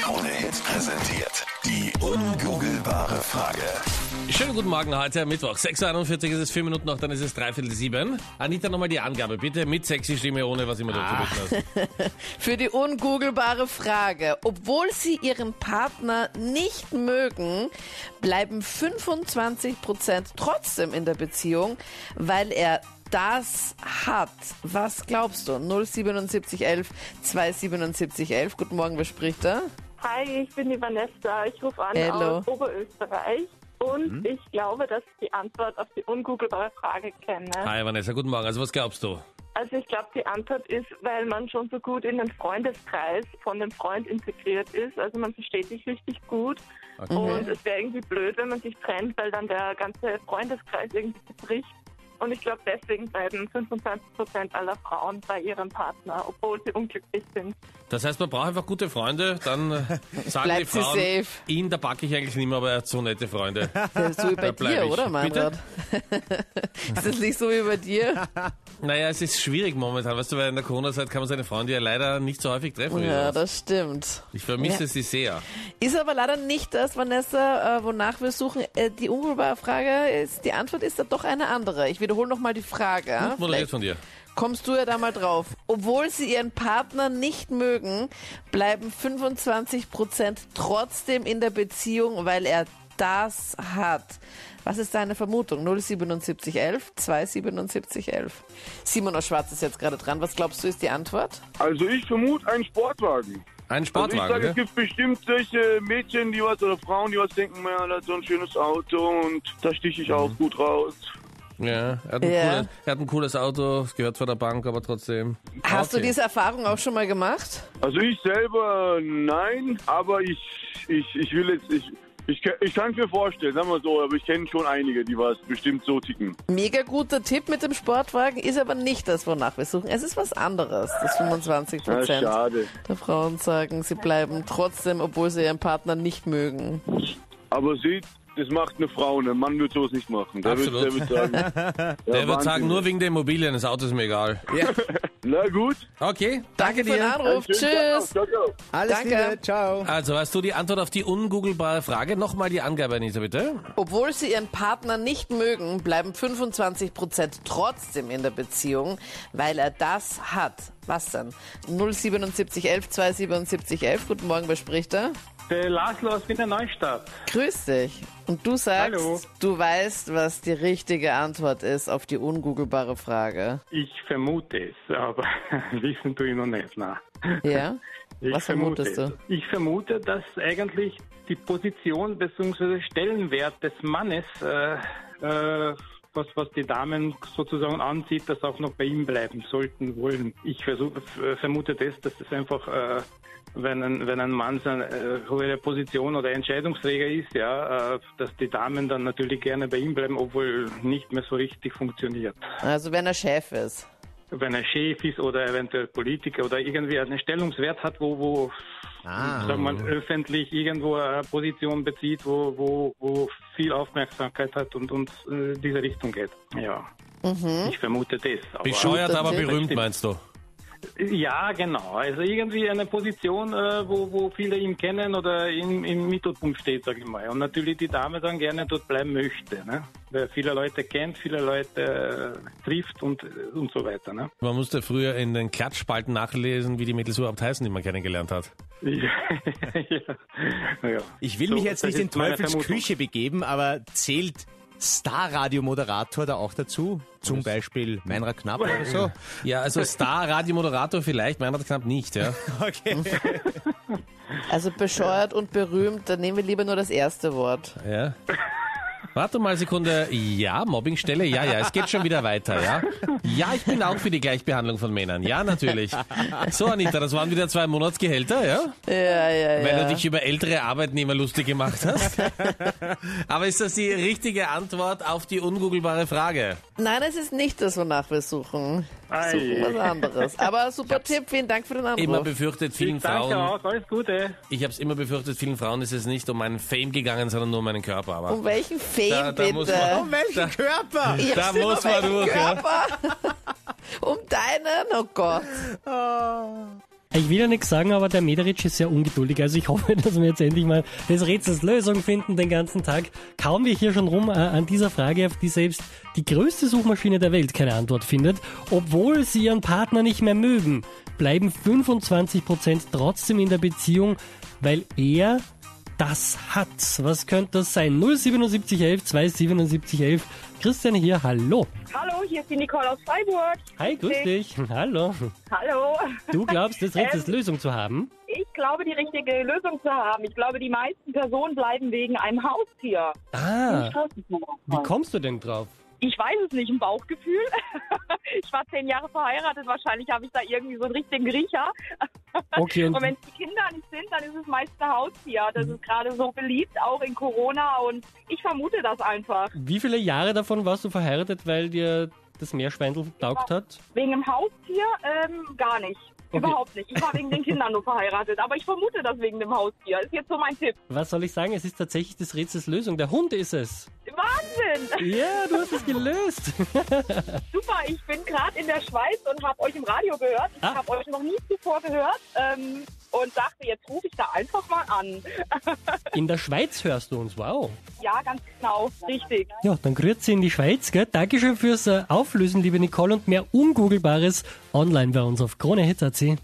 Krone Hits präsentiert die ungoogelbare Frage. Schönen guten Morgen heute, Mittwoch. 6.41 ist es, vier Minuten noch, dann ist es dreiviertel sieben. Anita, nochmal die Angabe, bitte. Mit sexy Stimme, ohne was immer du Ah. zu bitten hast. Für die ungoogelbare Frage. Obwohl sie ihren Partner nicht mögen, bleiben 25 Prozent trotzdem in der Beziehung, weil er das hat. Was glaubst du? 07711 27711. Guten Morgen, wer spricht da? Hi, ich bin die Vanessa. Ich rufe an Hello. aus Oberösterreich und ich glaube, dass ich die Antwort auf die ungoogelbare Frage kenne. Hi Vanessa, guten Morgen. Also was glaubst du? Also ich glaube, die Antwort ist, weil man schon so gut in den Freundeskreis von dem Freund integriert ist. Also man versteht sich richtig gut. Und es wäre irgendwie blöd, wenn man sich trennt, weil dann der ganze Freundeskreis irgendwie zerbricht. Und ich glaube, deswegen bleiben 25 Prozent aller Frauen bei ihrem Partner, obwohl sie unglücklich sind. Das heißt, man braucht einfach gute Freunde, dann äh, sagen die Bleibt sie Frauen, safe. ihn, da packe ich eigentlich nicht mehr, aber er hat so nette Freunde. Das ist so wie bei bleib dir, ich. oder, Manfred? ist das nicht so wie bei dir? naja, es ist schwierig momentan, weißt du, weil in der Corona-Zeit kann man seine Freunde ja leider nicht so häufig treffen. wie Ja, sonst. das stimmt. ich vermisse sie sehr. Ist aber leider nicht das, Vanessa, äh, wonach wir suchen. Äh, die unmittelbare Frage ist, die Antwort ist da doch eine andere. Ich wiederhole nochmal die Frage. ja? Hm, Moderiert Ah, Vielleicht von dir. kommst du ja da mal drauf. Obwohl sie ihren Partner nicht mögen, bleiben 25 Prozent trotzdem in der Beziehung, weil er das hat. Was ist deine Vermutung? 07711, 27711. Simon aus Schwarz ist jetzt gerade dran. Was glaubst du, ist die Antwort? Also ich vermute einen Sportwagen. Ein Also ich Sportwagen, ne? sage, es gell? gibt bestimmt solche Mädchen, die was oder Frauen, die was denken, man hat so ein schönes Auto und da stiche ich Mhm. auch gut raus. Ja, er hat, ein Ja. Cooles, er hat ein cooles Auto, es gehört zwar der Bank, aber trotzdem. Hast du Okay. diese Erfahrung auch schon mal gemacht? Also ich selber nein, aber ich ich, ich will jetzt ich ich, ke- ich kann es mir vorstellen, sagen wir so, aber ich kenne schon einige, die was bestimmt so ticken. Mega guter Tipp mit dem Sportwagen ist aber nicht das, wonach wir suchen. Es ist was anderes, das 25 Ja, Prozent schade. der Frauen sagen, sie bleiben trotzdem, obwohl sie ihren Partner nicht mögen. Aber seht, das macht eine Frau, ne? ein Mann wird sowas nicht machen. Der wird, der Absolut. wird sagen, ja, Der wird sagen, Wahnsinn. nur wegen der Immobilien, das Auto ist mir egal. Na gut, Okay, Danke, für den einen Anruf. schönen Tag noch. Tschüss. Ciao, ciao. Alles Danke. Liebe, ciao. Also hast du die Antwort auf die ungoogelbare Frage? Nochmal die Angabe, Anita, bitte. Obwohl sie ihren Partner nicht mögen, bleiben 25 Prozent trotzdem in der Beziehung, weil er das hat. Was denn? 07711 27711. Guten Morgen, wer spricht da? Der Äh, Laszlo aus Wiener Neustadt. Grüß dich. Und du sagst, Hallo. du weißt, was die richtige Antwort ist auf die ungoogelbare Frage. Ich vermute es, aber wissen tue ich noch nicht. Nein. Ja? Ich Was vermutest vermute es. Ich vermute, dass eigentlich die Position bzw. Stellenwert des Mannes, äh, äh, was, was die Damen sozusagen anzieht, dass auch noch bei ihm bleiben sollten wollen. Ich versuch, f- vermute das, dass es einfach, äh, wenn, ein, wenn ein Mann seine äh, hohe Position oder Entscheidungsträger ist, ja, äh, dass die Damen dann natürlich gerne bei ihm bleiben, obwohl nicht mehr so richtig funktioniert. Also wenn er Chef ist. wenn er Chef ist oder eventuell Politiker oder irgendwie einen Stellungswert hat, wo, wo sagen wir mal, öffentlich irgendwo eine Position bezieht, wo, wo, wo viel Aufmerksamkeit hat und, und äh, diese Richtung geht. Ja. Ich vermute das. Aber Bescheuert, Guter aber Tipp. berühmt, meinst du? ja, genau. Also irgendwie eine Position, äh, wo, wo viele ihn kennen oder im, im Mittelpunkt steht, sage ich mal. Und natürlich die Dame dann gerne dort bleiben möchte, ne? Weil viele Leute kennt, viele Leute äh, trifft und, und so weiter, ne? Man musste früher in den Klatschspalten nachlesen, wie die Mädels überhaupt heißen, die man kennengelernt hat. Ja. ja. Ich will So, mich jetzt das nicht in ist meine Teufels Vermutung. Küche begeben, aber zählt Star-Radio-Moderator da auch dazu? Zum Beispiel Meinrad Knapp oder so? Ja, also Star-Radiomoderator vielleicht, Meinrad Knapp nicht, ja. Okay. Also bescheuert und berühmt, dann nehmen wir lieber nur das erste Wort. ja. Warte mal eine Sekunde. Ja, Mobbingstelle, ja, ja, es geht schon wieder weiter, ja. Ja, ich bin auch für die Gleichbehandlung von Männern, ja, natürlich. So, Anita, das waren wieder zwei Monatsgehälter, ja? Ja, ja, Weil du ja. dich über ältere Arbeitnehmer lustig gemacht hast. Aber ist das die richtige Antwort auf die ungoogelbare Frage? Nein, es ist nicht das, wonach wir suchen. Suchen was Ei. anderes. Aber super Tipp, vielen Dank für den Immer Anruf. befürchtet, vielen Ich danke Frauen, auch, alles Gute. ich habe es immer befürchtet, vielen Frauen ist es nicht um meinen Fame gegangen, sondern nur um meinen Körper. Oh, Aber Um welchen Fame eh Da- da muss bitte? man- Um welchen Da- Körper? Ich da hab's über muss man um welchen durch, ja. Körper. um deinen? Oh Gott. Ich will ja nichts sagen, aber der Mederitsch ist sehr ungeduldig. Also ich hoffe, dass wir jetzt endlich mal des Rätsels Lösung finden den ganzen Tag. Kaum wir hier schon rum äh, an dieser Frage, auf die selbst die größte Suchmaschine der Welt keine Antwort findet, obwohl sie ihren Partner nicht mehr mögen, bleiben 25% trotzdem in der Beziehung, weil er das hat. Was könnte das sein? 07711 27711. Christian hier, hallo. Hallo, hier ist die Nicole aus Freiburg. Hi, grüß dich. Hallo. Hallo. Du glaubst, das Rätsels Lösung zu haben? Ich glaube, die richtige Lösung zu haben. Ich glaube, die meisten Personen bleiben wegen einem Haustier. Ah, Ich weiß es nicht. wie kommst du denn drauf? Ich weiß es nicht, ein Bauchgefühl. ich war zehn Jahre verheiratet, wahrscheinlich habe ich da irgendwie so einen richtigen Riecher. Okay, und Und wenn es die Kinder nicht sind, dann ist es meist ein Haustier. Das Mhm. ist gerade so beliebt, auch in Corona. Und ich vermute das einfach. wie viele Jahre davon warst du verheiratet, weil dir das Meerschweindel taugt hat? Wegen dem Haustier ähm, gar nicht. Okay. Überhaupt nicht. Ich war wegen den Kindern nur verheiratet. Aber ich vermute das wegen dem Haustier. Ist jetzt so mein Tipp. Was soll ich sagen? Es ist tatsächlich des Rätsels Lösung. Der Hund ist es. Wahnsinn! Ja, du hast es gelöst. Super, ich bin gerade in der Schweiz und habe euch im Radio gehört. Ich Ah. habe euch noch nie zuvor gehört ähm, und dachte, jetzt rufe ich da einfach mal an. In der Schweiz hörst du uns, wow. Ja, ganz genau, richtig. Ja, dann grüezi in die Schweiz, gell? Dankeschön fürs äh, Auflösen, liebe Nicole, und mehr Ungoogelbares online bei uns auf KroneHit.at.